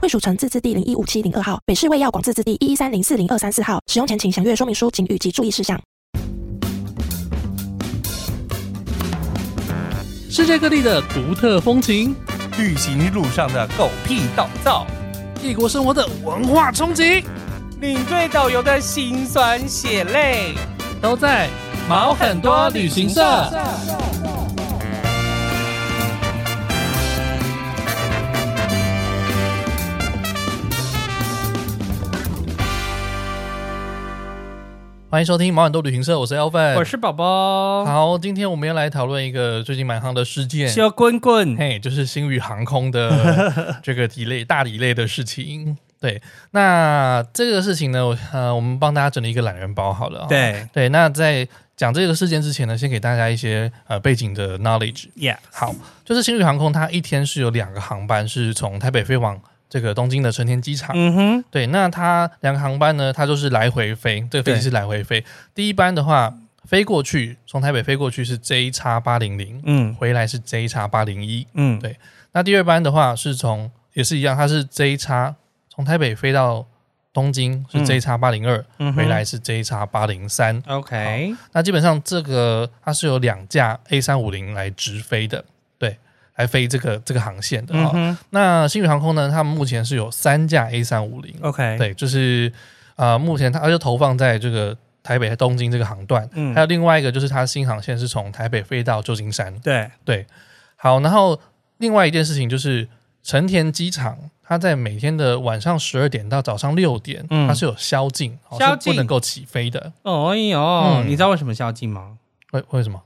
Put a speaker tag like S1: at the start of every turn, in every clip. S1: 惠蜀城自治地零一五七零二号，北市卫药广自治地一一三零四零二三四号。使用前请详阅说明书、警语及注意事项。
S2: 世界各地的独特风情，
S3: 旅行路上的狗屁倒灶，
S2: 异国生活的文化冲击，
S3: 领队导游的辛酸血泪，
S2: 都在毛很多旅行社。欢迎收听毛很多旅行社，我是 Elvin，
S3: 我是宝宝，
S2: 好，今天我们要来讨论一个最近蛮夯的事件，
S3: 小哦滚滚，
S2: 嘿，就是星宇航空 的这个体类大体类的事情。对，那这个事情呢，我呃，我们帮大家整理一个懒人包好了、哦。
S3: 对
S2: 对，那在讲这个事件之前呢，先给大家一些呃背景的 knowledge。
S3: ，Yeah，
S2: 好，就是星宇航空它一天是有两个航班是从台北飞往这个东京的成田机场。
S3: 嗯哼，
S2: 对，那它两个航班呢，它就是来回飞，这个飞机
S3: 对
S2: 是来回飞。第一班的话，飞过去从台北飞过去是 J 叉八零零，
S3: 嗯
S2: 回来是 J 叉八零一。
S3: 嗯，
S2: 对那第二班的话是从也是一样，它是 J 叉从台北飞到东京是
S3: 嗯
S2: J 叉八零二，
S3: 嗯哼
S2: 回来是 J 叉八零三。
S3: ，OK，
S2: 那基本上这个它是有两架 A 三五零来直飞的，对，来飞这个这个航线的
S3: 嗯
S2: 哈、
S3: 哼
S2: 那星宇航空呢，他们目前是有三架 A 三五零，
S3: ，OK，，
S2: 对，就是呃，目前它它就投放在这个台北东京这个航段，
S3: 嗯
S2: 还有另外一个就是它新航线是从台北飞到旧金山，
S3: 对，
S2: 对，好，然后另外一件事情就是成田机场，它在每天的晚上十二点到早上六点，
S3: 嗯
S2: 它是有宵禁，哦
S3: 宵
S2: 是不能
S3: 禁
S2: 够起飞的。
S3: 哦呦，
S2: 嗯
S3: 你知道为什么宵禁吗？
S2: 为为什么？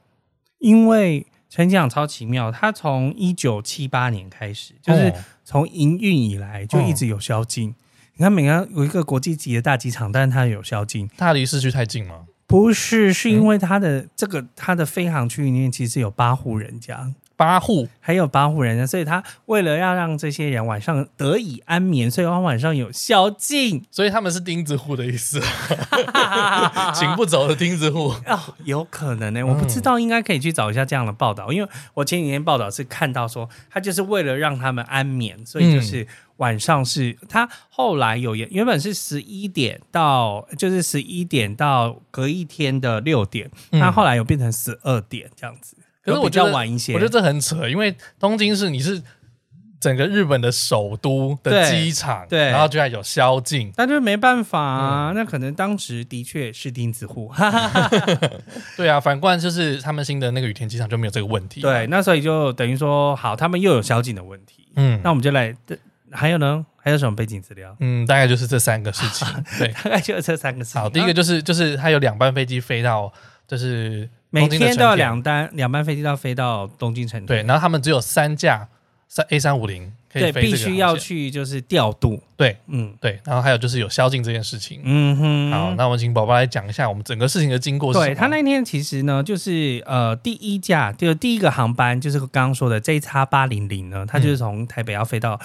S3: 因为陈讲超奇妙，他从一九七八年开始，就是
S2: 哦嗯
S3: 从营运以来就一直有宵禁。你看，每个有一个国际级的大机场，但是它有宵禁，
S2: 它离市区太近吗？
S3: 不是是因为
S2: 嗯
S3: 它的、这个它的飞航区域里面其实有八户人家，
S2: 八户
S3: 还有八户人家，所以他为了要让这些人晚上得以安眠，所以他晚上有宵禁。
S2: 所以他们是钉子户的意 思，请不走的钉子户。
S3: 哦，有可能
S2: 嗯
S3: 呢、我不知道，应该可以去找一下这样的报道，因为我前几天报道是看到说，他就是为了让他们安眠，所以就是
S2: 嗯
S3: 晚上是、他后来有原原本是十一点到，就是十一点到隔一天的六点，
S2: 嗯
S3: 他后来有变成十二点这样子，
S2: 可是
S3: 有
S2: 我
S3: 比
S2: 觉
S3: 较
S2: 得
S3: 晚一些，
S2: 我觉得这很扯，因为东京是你是整个日本的首都的
S3: 对
S2: 机场，
S3: 对
S2: 然后居然有宵禁，
S3: 但就是没办法、
S2: 嗯
S3: 啊，那可能当时的确是钉子户，哈哈哈
S2: 对啊。反观就是他们新的那个羽田机场就没有这个问题，
S3: 对，，那所以就等于说，好，他们又有宵禁的问题，
S2: 嗯
S3: 那我们就来，这还有呢，还有什么背景资料？
S2: 嗯，大概就是这三个事情。 对，
S3: 大概就是这三个事情。
S2: 好，第一个就是就是它有两班飞机飞到就是
S3: 每
S2: 东京的
S3: 天都有
S2: 成田
S3: 两单两班飞机都要飞到东京成
S2: 对，
S3: 田，
S2: 然后他们只有三架三 A 三五零可以
S3: 对，
S2: 飞这
S3: 必
S2: 个
S3: 须要
S2: 航线
S3: 去就是调度，
S2: 对
S3: 嗯
S2: 对，然后还有就是有宵禁这件事情。
S3: 嗯哼，
S2: 好，那我们请宝宝来讲一下我们整个事情的经过是什么。
S3: 对他那天其实呢，就是呃第一架就第一个航班就是刚刚说的 J 叉八零零呢，它就是
S2: 嗯
S3: 从台北要飞到。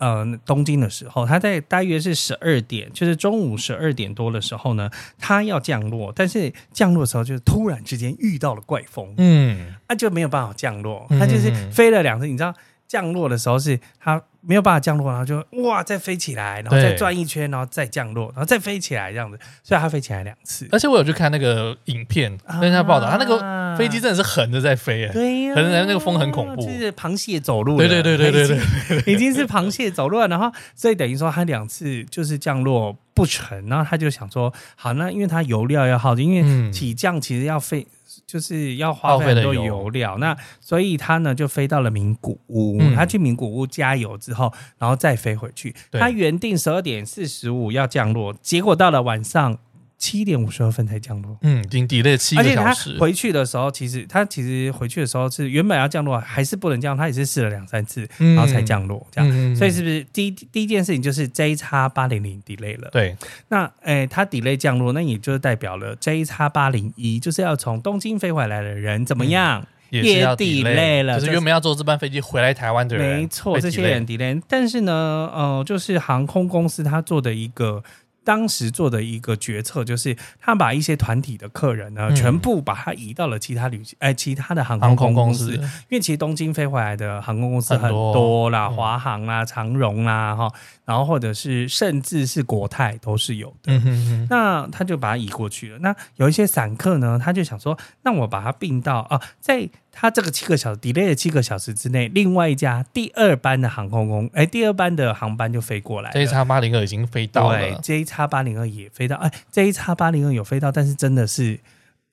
S3: 呃，东京的时候，它在大约是十二点，就是中午十二点多的时候呢，它要降落，但是降落的时候就是突然之间遇到了怪风，
S2: 嗯，
S3: 它就没有办法降落，
S2: 嗯
S3: 它就是飞了两次。你知道降落的时候是它没有办法降落，然后就哇再飞起来，然后
S2: 对
S3: 再转一圈，然后再降落，然后再飞起来这样子，所以它飞起来两次。
S2: 而且我有去看那个影片，跟他报道，他那个飞机真的是横着在飞，哎，
S3: 啊对呀、
S2: 可能那个风很恐怖
S3: 就是螃蟹走路了。
S2: 对对对对对对，
S3: 已经，已经是螃蟹走路了。然后，所以等于说它两次就是降落不成，然后他就想说，好，那因为它油料要耗尽，因为
S2: 嗯
S3: 起降其实要费，就是要花
S2: 耗
S3: 费
S2: 费
S3: 很
S2: 了
S3: 多
S2: 油
S3: 油料。那所以他呢就飞到了名古屋，
S2: 嗯
S3: 他去名古屋加油之后，然后再飞回去。
S2: 对
S3: 他原定十二点四十五要降落，结果到了晚上。七点五十二分才降落。
S2: 嗯，已经 delay 七
S3: 而
S2: 个
S3: 且他
S2: 小时，
S3: 回去的时候，其实他其实回去的时候是原本要降落，还是不能降落，他也是试了两三次，
S2: 嗯
S3: 然后才降落这样。
S2: 嗯嗯嗯
S3: 所以是不是第一第一件事情就是 J 叉八零零 delay 了？
S2: 对，
S3: 那诶、它 delay 降落，那也就是代表了 J 叉八零一就是要从东京飞回来的人怎么样？
S2: 也是要
S3: 也
S2: delay
S3: delay 了
S2: 就是原本要坐这班飞机回来台湾的人，
S3: 没错，这些人 delay。但是呢，呃，就是航空公司他做的一个。当时做的一个决策就是，他把一些团体的客人呢，
S2: 嗯
S3: 全部把它移到了其他旅哎、其他的航
S2: 航
S3: 空
S2: 空
S3: 公
S2: 公
S3: 司
S2: 司，
S3: 因为其实东京飞回来的航空公司
S2: 很
S3: 很
S2: 多
S3: 多啦，
S2: 嗯
S3: 华航啦、长荣啦，哈，然后或者是甚至是国泰都是有的。
S2: 嗯哼哼，
S3: 那他就把它移过去了。那有一些散客呢，他就想说，那我把它并到啊，在他这个七个小时 delay 的七个小时之内，另外一家第二班的航空公，哎、第二班的航班就飞过来了。
S2: 这一叉八零二已经飞到
S3: 哎对
S2: 了，
S3: ，J 叉八零二也飞到，哎，J 叉八零二有飞到，但是真的是，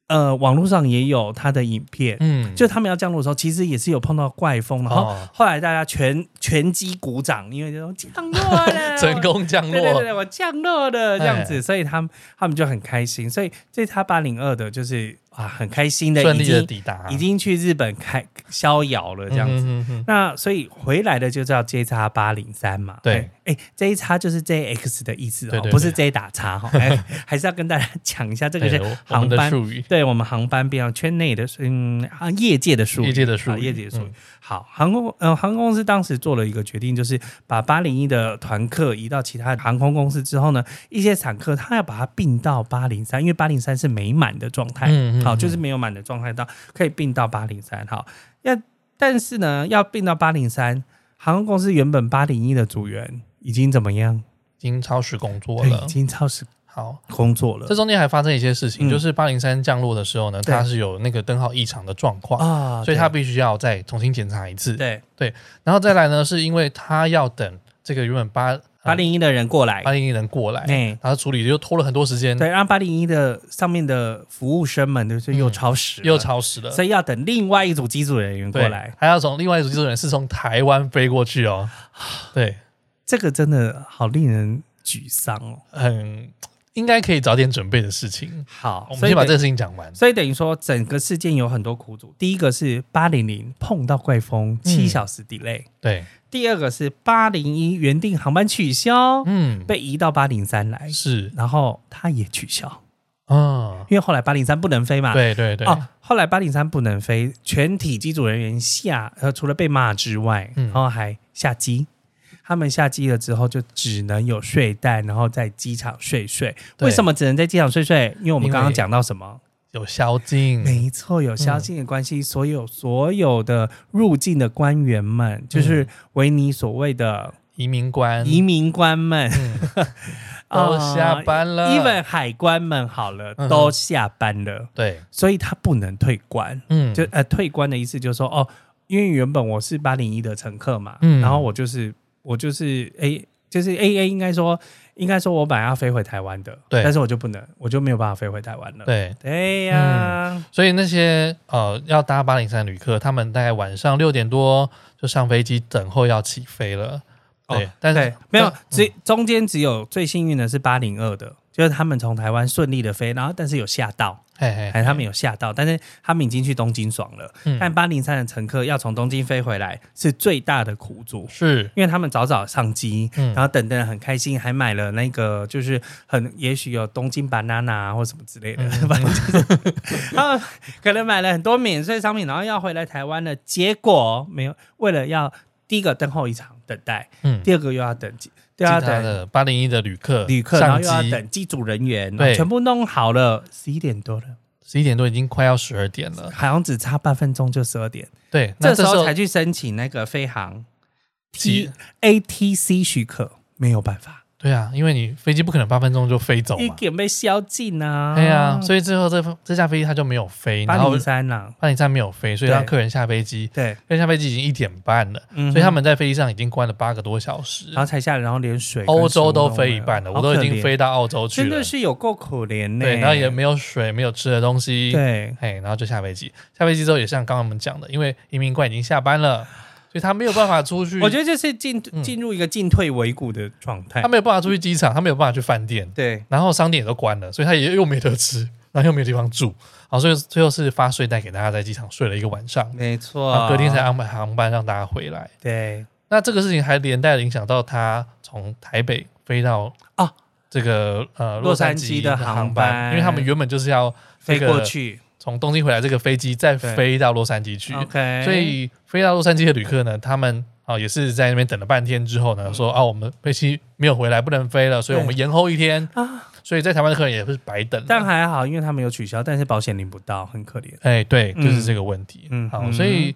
S3: 呃，网络上也有他的影片，
S2: 嗯，
S3: 就他们要降落的时候，其实也是有碰到怪风，然后
S2: 哦
S3: 后来大家全全击鼓掌，因为就说降落 了，
S2: 成功降
S3: 对对对
S2: 落，
S3: 对，我降落了这样
S2: 哎
S3: 子，所以他们他们就很开心，所以这他八零二的就是啊很开心的，
S2: 顺
S3: 已
S2: 利的
S3: 经
S2: 抵达，
S3: 已经去日本开逍遥了这样子。
S2: 嗯哼哼哼
S3: 那所以回来的就叫 J 叉八零三嘛，
S2: 对
S3: 哎，哎，J 叉就是 JX 的意思
S2: 对
S3: 哦
S2: 对，对
S3: 不是 J 打叉哈，哎 还是要跟大家讲一下这个是
S2: 对我我
S3: 航
S2: 们的
S3: 班
S2: 术语，
S3: 对我们航班比较圈内的术，嗯啊，业界的术语，
S2: 业界的术语
S3: 啊业界的术语
S2: 嗯。
S3: 好，航空呃，航空公司当时做了一个决定，就是把八零一的团客移到其他航空公司之后呢，一些散客他要把它并到八零三，因为八零三是没满的状态，
S2: 嗯嗯
S3: 好，
S2: 嗯
S3: 就是没有满的状态到可以并到八零三，好，要但是呢，要并到八零三，航空公司原本八零一的组员已经怎么样？
S2: 已经超时工作
S3: 对已
S2: 了。
S3: 经超时
S2: 好，
S3: 工作了
S2: 这中间还发生一些事情，
S3: 嗯
S2: 就是八零三降落的时候呢，
S3: 对
S2: 它是有那个灯号异常的状况，
S3: 啊
S2: 所以它
S3: 对
S2: 必须要再重新检查一次。
S3: 对
S2: 然后再来呢，是因为它要等这个原本八呃
S3: 八零一的人过来
S2: 八。零一人过来，
S3: 哎
S2: 然后处理就拖了很多时间，
S3: 对，让八零一的上面的服务生们就是
S2: 嗯
S3: 又
S2: 嗯
S3: 超时、
S2: 又，超时了。
S3: 所以要等另外一组机组人员过
S2: 对，
S3: 来。
S2: 还要从另外一组技术人是从台湾飞过去哦。
S3: 啊
S2: 对，
S3: 这个真的好令人沮丧哦。
S2: 很应该可以早点准备的事情。
S3: 好，
S2: 我们
S3: 所以
S2: 先把
S3: 等
S2: 这个事情讲完。
S3: 所以等于说，整个事件有很多苦主。第一个是八零零碰到怪风，七
S2: 嗯
S3: 小时 delay；、
S2: 对，
S3: 第二个是八零一原定航班取消，
S2: 嗯，
S3: 被移到八零三来，
S2: 是
S3: 然后它也取消，
S2: 啊，
S3: 因为后来八零三不能飞嘛。
S2: 对对对，
S3: 哦，后来八零三不能飞，全体机组人员下呃，除了被骂之外，
S2: 嗯
S3: 然后还下机。他们下机了之后，就只能有睡袋，然后在机场睡睡。
S2: 对
S3: 为什么只能在机场睡睡？因为我们
S2: 因为
S3: 刚刚讲到什么？
S2: 有宵禁，
S3: 没错，有宵禁的关系，所有所有的入境的官员们，
S2: 嗯
S3: 就是维尼所谓的
S2: 移民官，
S3: 移啊民官们，
S2: 嗯 都下班了
S3: 一本海关们好了，
S2: 嗯哼
S3: 都下班了，
S2: 对，
S3: 所以他不能退关。
S2: 嗯，
S3: 就呃退关的意思就是说哦，因为原本我是八零一的乘客嘛，
S2: 嗯
S3: 然后我就是我就是 A 就是 A A 应该说应该说我本来要飞回台湾的，
S2: 对
S3: 但是我就不能，我就没有办法飞回台湾了。，
S2: 对，嗯
S3: 呀、
S2: 所以那些呃要搭八零三旅客，他们大概晚上六点多就上飞机，等候要起飞了。对，
S3: 哦
S2: 但
S3: 对
S2: 是，
S3: 没有
S2: 但，
S3: 只中间只有最幸运的是八零二的，就是他们从台湾顺利的飞，然后但是有吓到，
S2: 嘿嘿
S3: 哎，他们有吓到，但是他们已经去东京爽了。
S2: 嗯
S3: 但八零三的乘客要从东京飞回来是最大的苦主，
S2: 是
S3: 因为他们早早上机，
S2: 嗯
S3: 然后等等很开心，还买了那个就是很也许有东京 banana 啊或什么之类
S2: 嗯
S3: 的，反正就是他们可能买了很多免税商品，然后要回来台湾了，结果没有为了要第一个等候一场等待，
S2: 嗯，
S3: 第二个又要等机，
S2: 其
S3: 又要
S2: 他
S3: 等
S2: 的八零一的旅客
S3: 旅客，然
S2: 上
S3: 后又要
S2: 机，
S3: 等机组人员，
S2: 对
S3: 全部弄好了，十一点多了，
S2: 十一点多已经快要十二点了。
S3: 好像只差半分钟就十二点，
S2: 对，那
S3: 啊这
S2: 这
S3: 时候才去申请那个飞航 T
S2: 几
S3: ATC 许可，没有办法。
S2: 对啊，因为你飞机不可能八分钟就飞走
S3: 一
S2: 嘛。
S3: 点被宵禁啊！
S2: 啊对啊，所以最后这这架飞机它就没有飞，然
S3: 八
S2: 后
S3: 零三呐，
S2: 八零三没有飞，所以让
S3: 对
S2: 客人下飞机，
S3: 对，
S2: 客人下飞机已经一点半了，
S3: 嗯哼
S2: 所以他们在飞机上已经关了八个多小时
S3: 然，后才下来，然后连水跟
S2: 欧洲
S3: 食物
S2: 都
S3: 没
S2: 飞一
S3: 有
S2: 半了，
S3: 好
S2: 我都已
S3: 可
S2: 经
S3: 怜
S2: 飞到澳洲去
S3: 真
S2: 了
S3: 的，是有够可怜呢。
S2: 对，然后也没有水，没有吃的东西，
S3: 对
S2: 哎，然后就下飞机，下飞机之后也像刚刚我们讲的，因为移民官已经下班了，所以他没有办法出去。
S3: 我觉得这是进
S2: 嗯
S3: 进入一个进退维谷的状态
S2: 他。没有办法出去机场，他没有办法去饭店，
S3: 对，
S2: 然后商店也都关了，所以他也又没得吃， 然后又没有地方住，好，所以最后是发睡袋给大家在机场睡了一个晚上，
S3: 没
S2: 然
S3: 错
S2: 后，隔天才安排航班让大家回来。
S3: 对
S2: 那这个事情还连带影响到他从台北飞到
S3: 啊
S2: 这个呃
S3: 洛
S2: 杉
S3: 杉
S2: 矶
S3: 矶
S2: 的
S3: 的
S2: 航
S3: 航班
S2: 班，因为他们原本就是要
S3: 飞
S2: 这个
S3: 过去。
S2: 从东京回来这个飞机再
S3: 对
S2: 飞到洛杉矶去，
S3: OK，
S2: 所以飞到洛杉矶的旅客呢，他们啊、也是在那边等了半天之后
S3: 嗯
S2: 呢，说啊我们飞机没有回来，不能飞了，所以我们延后一天。
S3: 啊，
S2: 所以在台湾的客人也不是白等了，
S3: 但还好，因为他没有取消，但是保险领不到，很可怜。
S2: 哎，对，
S3: 嗯
S2: 就是这个问题。嗯，
S3: 嗯
S2: 好，
S3: 嗯
S2: 所以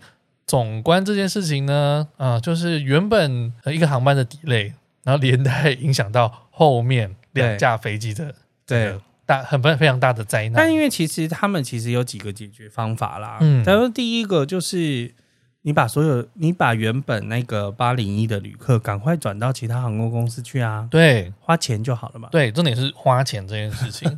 S2: 总观这件事情呢，啊、就是原本呃一个航班的 delay，然后连带影响到后面两架飞机的这个大很非非常大的灾难
S3: 但。因为其实他们其实有几个解决方法啦。
S2: 嗯
S3: 嗯，他说第一个就是你把所有你把原本那个八零一的旅客赶快转到其他航空公司去啊，
S2: 对
S3: 花钱就好了嘛。
S2: 对，重点是花钱这件事 情。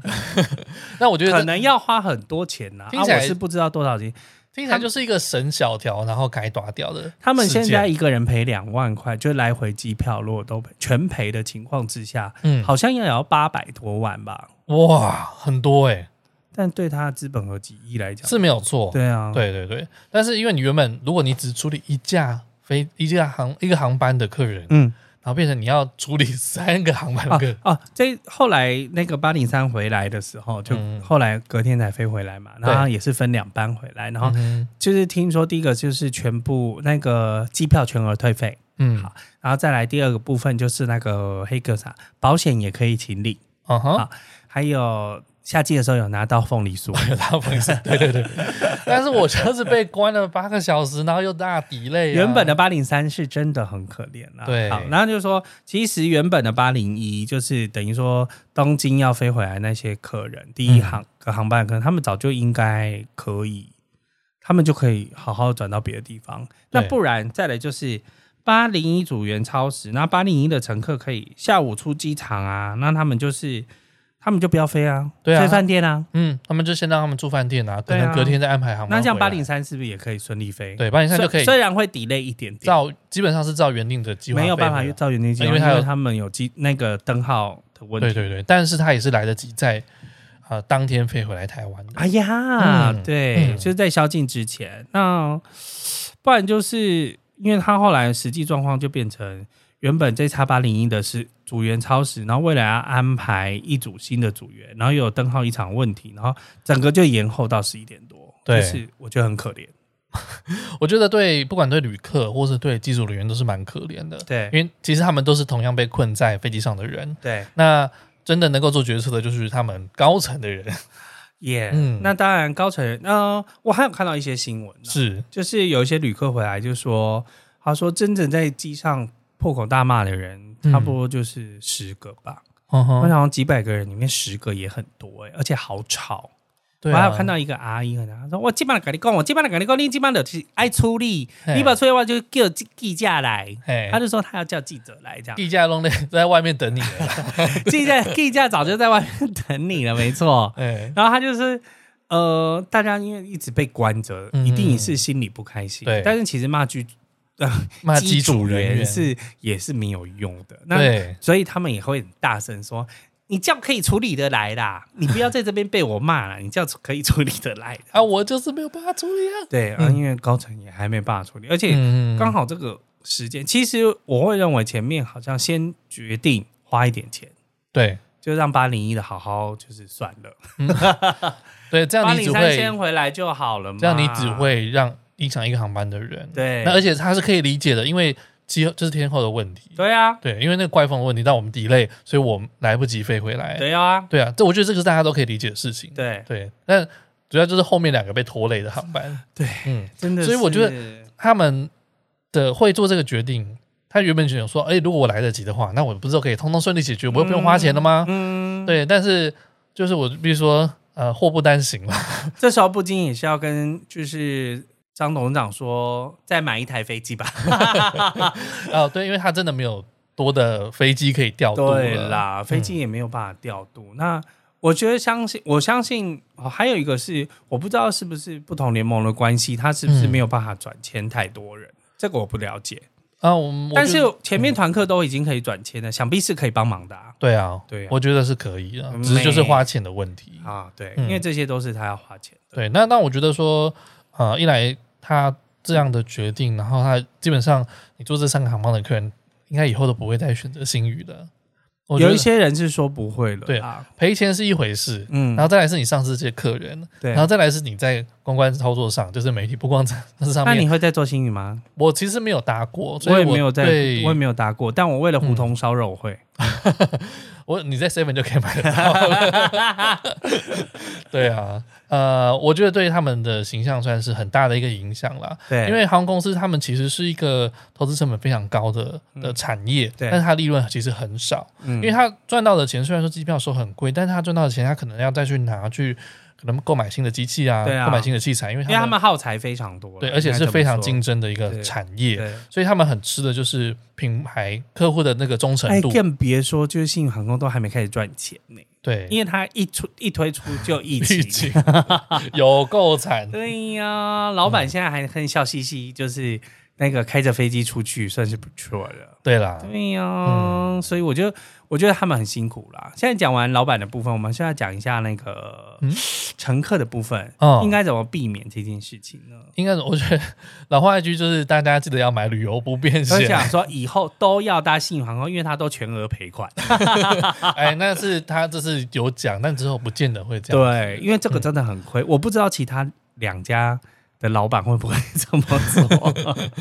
S2: 那我觉
S3: 可
S2: 得
S3: 能要花很多钱呐、啊，
S2: 听起来
S3: 我是不知道多少钱。
S2: 听起来就是一个省小条，然后改短掉的事件。
S3: 他们现在一个人赔两万块，就来回机票如果都赔全赔的情况之下，
S2: 嗯，
S3: 好像也要八百多万吧。
S2: 哇，很多哎、
S3: 但对他的资本和几亿来讲，
S2: 是没哦有错。
S3: 对啊，，
S2: 对对对，但是因为你原本如果你只处理一架飞一架航一个航班的客人，
S3: 嗯
S2: 然后变成你要处 理三个航班
S3: 啊
S2: 客，
S3: 啊，这后来那个八零三回来的时候，就
S2: 嗯
S3: 后来隔天才飞回来嘛，然后也是分两班回来，然后
S2: 嗯
S3: 就是听说第一个就是全部那个机票全额退费，
S2: 嗯，
S3: 好然后再来第二个部分就是那个黑哥啥保险也可以请领，
S2: 啊哈
S3: 好，还有夏季的时候有拿到凤梨酥，
S2: 有大风 扇，对对对。但是我就是被关了八个小时，然后又大底累、啊。
S3: 原本的八零三是真的很可怜啊。
S2: 对
S3: 好，然后就说，其实原本的八零一就是等于说东京要飞回来那些客人，第
S2: 嗯
S3: 一航个航班的客人，他们早就应该可以，他们就可以好好转到别的地方。那
S2: 对
S3: 不然再来就是。八零一组员超时，那八零一的乘客可以下午出机场啊，那他们就是他们就不要飞啊，
S2: 对啊
S3: 飞饭店啊。
S2: 嗯，他们就先让他们住饭店啊，可
S3: 对啊
S2: 能隔天再安排航班回来。
S3: 那这样八零三是不是也可以顺利飞？，
S2: 对八零三就可以
S3: 虽然会 delay 一点点，
S2: 照基本上是照原定的计划飞
S3: 没
S2: 回来，
S3: 有办法照原定计划，
S2: 因为
S3: 因
S2: 它有
S3: 为他们有机那个灯号的问
S2: 对
S3: 题。
S2: 对对，但是他也是来得及在啊、呃当天飞回来台湾的。
S3: 哎呀，
S2: 嗯
S3: 对，
S2: 嗯
S3: 就是在宵禁之前。那不然就是因为他后来实际状况就变成，原本这叉八零一的是组员超时，然后未来要安排一组新的组员，然后又有灯号异常问题，然后整个就延后到十一点多。
S2: 对
S3: 就是我觉得很可怜。
S2: 我觉得对，不管对旅客或是对机组人员都是蛮可怜的。
S3: 对
S2: 因为其实他们都是同样被困在飞机上的人。
S3: 对，
S2: 那真的能够做决策的，就是他们高层的 人。
S3: 耶、
S2: 嗯
S3: 那当然高层人，那、我还有看到一些新闻、啊，
S2: 是，
S3: 就是有一些旅客回来就说，他说真正在机上破口大骂的人，
S2: 嗯
S3: 差不多就是十个吧。
S2: 嗯
S3: 我
S2: 哼，
S3: 想几百个人里面十个也很多哎、而且好吵。
S2: 对、
S3: 我还
S2: 啊，
S3: 有看到一个阿姨很她说：“我基本上跟你讲，我基本上跟你讲，你基本上就是爱出力，
S2: 嘿
S3: 你把出力的话就叫记记者来。”
S2: 嘿
S3: 他就说他要叫记者来这样，
S2: 地价弄的 在外面等你 了。
S3: 记者记者早就在外面等你了，没错。
S2: 哎，
S3: 然后他就是呃，大家因为一直被关着，
S2: 嗯
S3: 一定也是心里不开心。
S2: 对
S3: 但是其实骂剧
S2: 骂机
S3: 机
S2: 组
S3: 组
S2: 人员
S3: 员是也是没有用的。那
S2: 对，
S3: 所以他们也会很大声说。你叫可以处理的来啦，你不要在这边被我骂了，你叫可以处理的来的。
S2: 啊，我就是没有办法处理啊。
S3: 对，啊，因为高层也还没办法处理，而且
S2: 嗯
S3: 刚好这个时间，其实我会认为前面好像先决定花一点钱，
S2: 对
S3: 就让八零一的好好就是算了，
S2: 对，这
S3: 八
S2: 样你
S3: 零
S2: 只
S3: 三
S2: 会
S3: 先回来就好了嘛。
S2: 这样你只会让影响一个航班的人。，
S3: 对，
S2: 那而且他是可以理解的，因为气候这是天候的问题。
S3: 对啊，
S2: 对，因为那个怪风的问题，让我们 delay，所以我们来不及飞回来。
S3: 对啊，
S2: 对啊，这我觉得这个是大家都可以理解的事情。
S3: 对
S2: 对，但主要就是后面两个被拖累的航班，
S3: 对，
S2: 嗯，
S3: 真的是。
S2: 所以我觉
S3: 得
S2: 他们的会做这个决定，他原本就想说，哎、如果我来得及的话，那我不是都可以通通顺利解决，我又不用花钱了吗？
S3: 嗯，
S2: 对，但是就是我必须说，呃，祸不单行了，
S3: 这时候不禁也是要跟就是张董事长说，再买一台飞机吧。
S2: 啊，对，因为他真的没有多的飞机可以 调度了嗯
S3: 对，啦，飞机也没有办法调度。那我觉得相信，我相信、哦、还有一个是，我不知道是不是不同联盟的关系，他是不是
S2: 嗯
S3: 没有办法转签太多人。这个我不了解。
S2: 啊，我们我
S3: 但
S2: 觉
S3: 是
S2: 得嗯
S3: 前面团课都已经可以转签了，想必是可以帮忙的啊。
S2: 对啊，
S3: 对啊
S2: 我觉得是可以啊，
S3: 嗯
S2: 只是就是花钱的问题。
S3: 啊，对，
S2: 嗯
S3: 因为这些都是他要花钱的。
S2: 对，那那我觉得说，呃，一来他这样的决定，然后他基本上你做这三个航班的客人，应该以后都不会再选择新宇的。我觉
S3: 有
S2: 得
S3: 一些人是说不会了，
S2: 对
S3: 啊，
S2: 赔钱是一回事，
S3: 嗯
S2: 然，后再来是你上次这些客人，
S3: 对
S2: 然。后再来是你在公关操作上，就是媒体不光在 这上
S3: 那你
S2: 面，
S3: 会再做新语吗？
S2: 我其实没有搭过，所以
S3: 我也没有在，
S2: 对嗯
S3: 我也没有搭过，但我为了胡同烧肉我会。
S2: 我你在 Seven 就可以买得到。 对啊，呃，我觉得对他们的形象算是很大的一个影响啦。
S3: 对，
S2: 因为航空公司他们其实是一个投资成本非常高的的产业，
S3: 嗯对嗯
S2: 但是它利润其实很少，
S3: 因
S2: 因为他赚到的钱虽然说机票收很贵，但是他赚到的钱他可能要再去拿去可能购买新的机器啊，
S3: 对啊
S2: 购买新的器材，因为
S3: 因为他
S2: 他
S3: 们耗材非常多啦，
S2: 对，而且是非常竞
S3: 应
S2: 争的一个
S3: 对
S2: 产
S3: 该这
S2: 业，
S3: 么说。
S2: 所以他们很吃的就是品牌客户的那个忠
S3: 对，哎
S2: 诚，度，
S3: 更别说就是信宇航空都还没开始赚钱呢，
S2: 对，
S3: 因为它一出一推出就疫
S2: 毕
S3: 情
S2: 竟。有够惨，
S3: 对呀、老板现在还很笑嘻嘻，就是那个开着飞机出去，算是不错了。
S2: 对啦，
S3: 对呀、
S2: 嗯
S3: 所以我觉得，我觉得他们很辛苦啦。现在讲完老板的部分，我们现在讲一下那个、
S2: 嗯
S3: 乘客的部分，
S2: 哦
S3: 应该怎么避免这件事情呢？
S2: 应该我觉得老话一句就是大家记得要买旅游不便
S3: 我
S2: 险，
S3: 想说以后都要搭信宇航空，因为它都全额赔款。
S2: 哎，那是他这是有讲，但之后不见得会这样。
S3: 对，因为这个嗯真的很亏，我不知道其他两家的老板会不会这么做，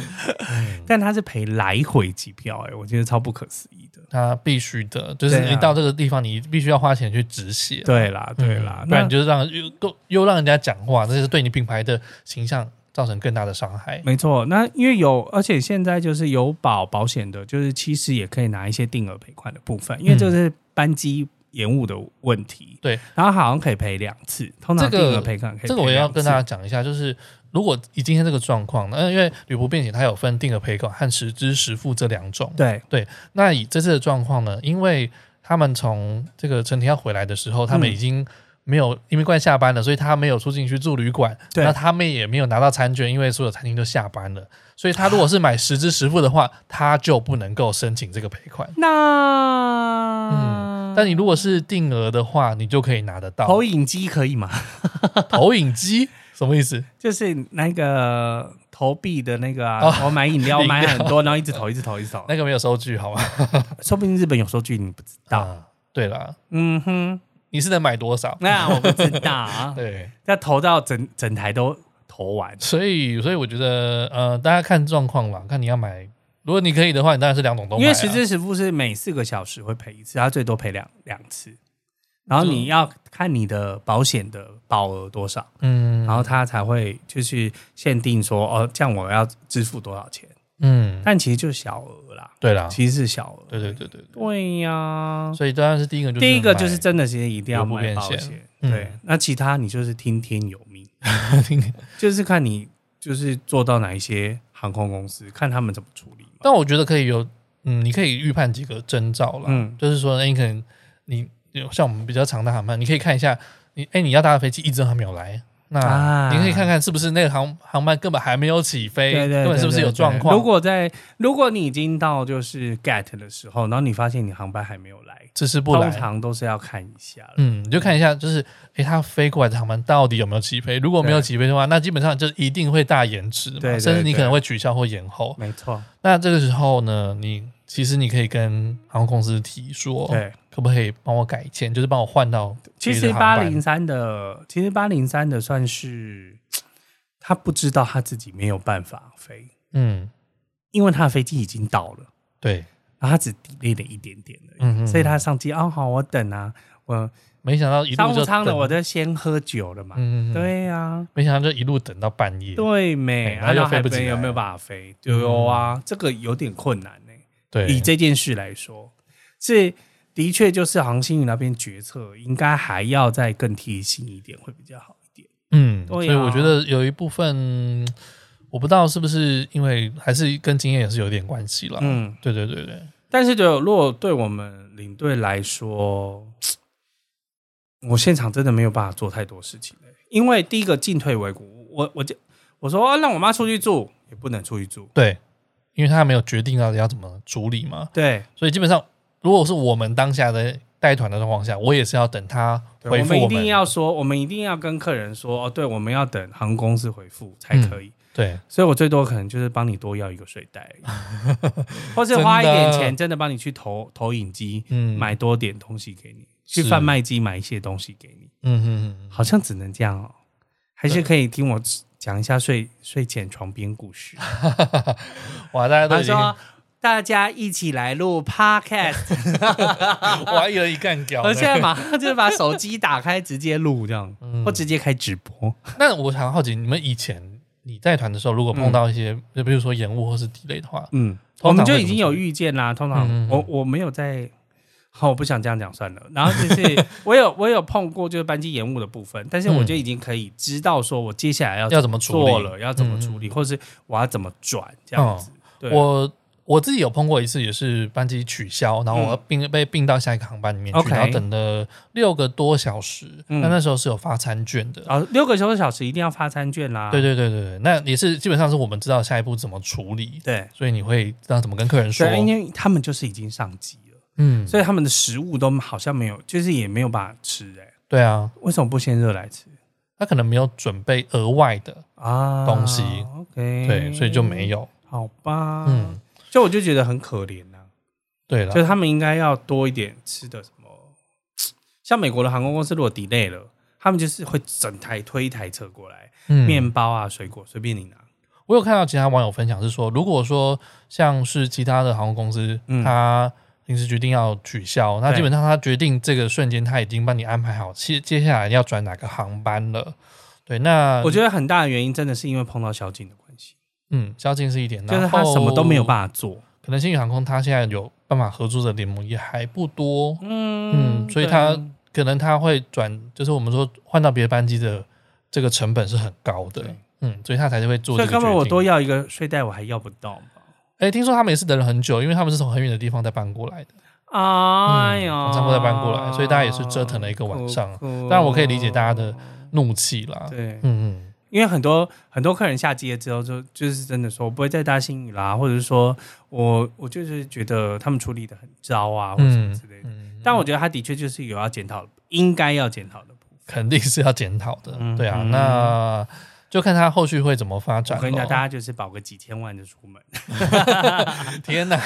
S3: 但他是赔来回机票、哎，我觉得超不可思议的。
S2: 他必须的，就是
S3: 对啊
S2: 你到这个地方，你必须要花钱去止血。
S3: 对啦，对
S2: 嗯
S3: 啦，
S2: 不然
S3: 那
S2: 你就是让又又又让人家讲话，这是对你品牌的形象造成更大的伤害。
S3: 没错。那因为有，而且现在就是有保保险的，就是其实也可以拿一些定额赔款的部分，因为这是班机延误的问题。
S2: 对，
S3: 然后好像可以赔两次，通常
S2: 这
S3: 定
S2: 个
S3: 额赔款可以
S2: 这个我也要跟大
S3: 家
S2: 家讲一下，就是如果以今天这个状况，那因为旅不便险它有分定额赔款和实支实付这两种。
S3: 对
S2: 那以这次的状况呢，因为他们从这个成田要回来的时候，他们
S3: 嗯
S2: 已经没有因为快下班了，所以他没有出境去住旅馆，
S3: 对
S2: 那他们也没有拿到餐券，因为所有餐厅都下班了，所以他如果是买实支实付的话，他就不能够申请这个赔款。
S3: 那
S2: 嗯，但你如果是定额的话，你就可以拿得到
S3: 投影机可以吗？
S2: 投影机，什么意思？
S3: 就是那个投币的那个啊，
S2: 哦
S3: 我买饮料
S2: 饮料
S3: 买很多，然后一直投，一直投，一直投。
S2: 那个没有收据好吗？
S3: 说不定日本有收据，你不知道。
S2: 啊，对啦，
S3: 嗯哼，
S2: 你是能买多少？。
S3: 那我不知道啊
S2: 对，
S3: 要投到整整台都投完。
S2: 所以所以我觉得呃，大家看状况啦，看你要买。如果你可以的话，你当然是两种都买、啊。
S3: 因为实支实付是每四个小时会赔一次，它最多赔两两次，然后你要看你的保险的保额多少，
S2: 嗯，
S3: 然后它才会就是限定说哦，这样我要支付多少钱，
S2: 嗯，
S3: 但其实就是小额啦，
S2: 对啦，
S3: 其实是小额。
S2: 嗯对对对对对，
S3: 对呀、
S2: 所以当然是第一个就是
S3: 第一个就是
S2: 买
S3: 真的，其实一定要买保
S2: 有不便
S3: 险
S2: 险。
S3: 对
S2: 嗯，
S3: 那其他你就是听天由 命，就是看你就是做到哪一些航空公司，看他们怎么处理嘛。
S2: 但我觉得可以有，嗯，你可以预判几个征兆啦，
S3: 嗯
S2: 就是说，哎、你可能你像我们比较长的航班，你可以看一下，你哎、你要搭的飞机一直都还没有来。
S3: 啊
S2: 那你可以看看是不是那个航航班根本还没有起飞，
S3: 对对，
S2: 根本哎是不是
S3: 对
S2: 有
S3: 对
S2: 状况？
S3: 如果在如果你已经到就是 get 的时候，然后你发现你航班还没有来，
S2: 迟迟不
S3: 通
S2: 来，
S3: 常都是要看一下了。
S2: 嗯，你就看一下，就是诶，它飞过来的航班到底有没有起飞？如果没有
S3: 对
S2: 起飞的话，那基本上就一定会大延迟嘛，
S3: 对对
S2: 甚至你
S3: 对
S2: 可能会取消或延后。
S3: 没错，
S2: 那这个时候呢，你其实你可以跟航空公司提说，
S3: 对。
S2: 可不可以帮我改签，就是帮我换到
S3: 其
S2: 别
S3: 实
S2: 的航
S3: 八
S2: 班
S3: 零三的，其实八零三的算是他不知道他自己没有办法飞，
S2: 嗯，
S3: 因为他的飞机已经到了。
S2: 对，
S3: 然啊后他只 delay 了一点点而已，
S2: 嗯嗯嗯
S3: 所以他上机哦，好，我等啊，我
S2: 没想到一
S3: 商
S2: 路
S3: 务
S2: 就
S3: 舱的
S2: 等
S3: 我，都先喝酒了嘛，
S2: 嗯，嗯，嗯
S3: 对呀、
S2: 没想到就一路等到半夜，
S3: 对没，
S2: 哎
S3: 然
S2: 他又
S3: 后
S2: 飞
S3: 还
S2: 不起
S3: 没
S2: 来
S3: 有没有办法飞，有啊，这个有点困难呢、
S2: 嗯对，
S3: 以这件事来说，是的确就是航星宇那边决策应该还要再更贴心一点，会比较好一点。
S2: 嗯，
S3: 对
S2: 所
S3: 啊
S2: 以我觉得有一部分，我不知道是不是因为还是跟经验也是有点关系啦。
S3: 嗯，
S2: 对对对对，
S3: 但是就如果对我们领队来说，我现场真的没有办法做太多事情、欸、因为第一个进退维谷，我我就我说、啊让我妈出去住也不能出去住，
S2: 对，因为他还没有决定到底要怎么处理嘛，
S3: 对，
S2: 所以基本上如果是我们当下的带团的状况下，我也是要等他
S3: 对
S2: 回
S3: 我
S2: 复
S3: 们一
S2: 我
S3: 定
S2: 们。
S3: 要说，我们一定要跟客人说，哦，对，我们要等航空公司回复才可以。
S2: 对，
S3: 所以我最多可能就是帮你多要一个睡袋而 已，或是花一点
S2: 真
S3: 钱，
S2: 的
S3: 真的帮你去投投影机、
S2: 嗯，
S3: 买多点东西给你，去
S2: 是
S3: 贩卖机买一些东西给你。
S2: 嗯，嗯嗯嗯，
S3: 好像只能这样哦，还是可以听我讲一下睡睡前床边故 事。
S2: 哇，大家都
S3: 他
S2: 已经，
S3: 说大家一起来 录 podcast，
S2: 我还以为一干掉呢。
S3: 啊我现在马上就把手机打开直接录这样，
S2: 嗯
S3: 或直接开直播。
S2: 那我很好奇，你们以前你带团的时候，如果碰到一些，就比如说延误或是 delay 的话，
S3: 嗯，
S2: 通常
S3: 我们就
S2: 会
S3: 已
S2: 怎么
S3: 经有
S2: 处理
S3: 预见啦。通
S2: 嗯
S3: 常
S2: 嗯嗯
S3: 我我没有在，好，我不想这样讲算了。然后就是 我有我有碰过就是班机延误的部分，但是我
S2: 嗯
S3: 就已经可以知道说我接下来要
S2: 要怎么处
S3: 嗯做
S2: 理嗯哦
S3: 了，要怎么处理，或是我要怎么转这样子。对啊
S2: 我我自己有碰过一次，也是班机取消，然后我并、被并到下一个航班里面去
S3: 嗯 OK
S2: 然后等了六个多小时。
S3: 嗯
S2: 那那时候是有发餐券的。
S3: 啊，六个小时一定要发餐券啦。
S2: 对对对对对，那也是基本上是我们知道下一步怎么处理，
S3: 对
S2: 所以你会知道怎么跟客人说。
S3: 对，因为他们就是已经上机了，
S2: 嗯，
S3: 所以他们的食物都好像没有，就是也没有办法吃哎、
S2: 对啊，
S3: 为什么不先热来吃
S2: 他可能没有准备额外的
S3: 啊？
S2: 东西
S3: ，OK，
S2: 对，所以就没
S3: 有。
S2: 有。
S3: 好吧，嗯
S2: 嗯，
S3: 就我就觉得很可怜呐、
S2: 对啊
S3: 就
S2: 了，
S3: 是他们应该要多一点吃的什么，像美国的航空公司如果 delay 了，他们就是会整台推一台车过来，
S2: 嗯
S3: 面包啊、水果随便你拿，
S2: 我有看到其他网友分享是说，如果说像是其他的航空公司，
S3: 嗯
S2: 他临时决定要取消，那
S3: 对
S2: 基本上他决定这个瞬间他已经帮你安排好，接接下来要转哪个航班了。对，那
S3: 我觉
S2: 得，
S3: 得很大的原因真的是因为碰到宵禁的关系，
S2: 嗯，宵禁是一点，
S3: 就是他什么都没有办法做，
S2: 法。可能星宇航空它现在有办法合作的联盟也还不多，
S3: 嗯
S2: 嗯所以他可能他会转，就是我们说换到别的班机的这个成本是很高的
S3: 对，
S2: 嗯，所以他才会做
S3: 所
S2: 这
S3: 以
S2: 个
S3: 根本
S2: 决
S3: 我
S2: 定
S3: 多要一个睡袋我还要不到嘛。
S2: 哎、听说他们也是等了很久，因为他们是从很远的地方再搬过来的。
S3: 哎呀，
S2: 嗯从差不多搬过来所以大家也是折腾了一个晚上当然我可以理解大家的怒气啦。
S3: 哦对，
S2: 嗯
S3: 因为很多很多客人下机了之后就，就是真的说，我不会再搭新宇啦，或者是说我我就是觉得他们处理的很糟啊，
S2: 嗯
S3: 或者什么之类的。
S2: 嗯，
S3: 但我觉得他的确就是有要检讨，应该要检讨的部分。
S2: 肯定是要检讨的。
S3: 嗯
S2: 对啊，
S3: 嗯
S2: 那就看他后续会怎么发展哦咯。
S3: 我跟你讲，大家就是保个几千万就出门。
S2: 天哪，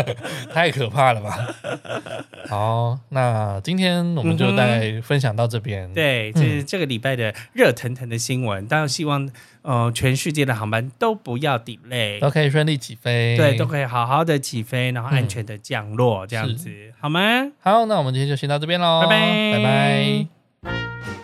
S2: 太可怕了吧！ 好，那今天我们就大概分享到这边。，
S3: 嗯对，这、是这个礼拜的热腾腾的新闻。当然，希望呃全世界的航班都不要 delay，嗯
S2: 都可以顺利起飞。
S3: 对，都可以好好的起飞，然后安全的降落，这样
S2: 是
S3: 子好吗？
S2: 好，那我们今天就先到这边喽，
S3: 拜拜
S2: 拜拜。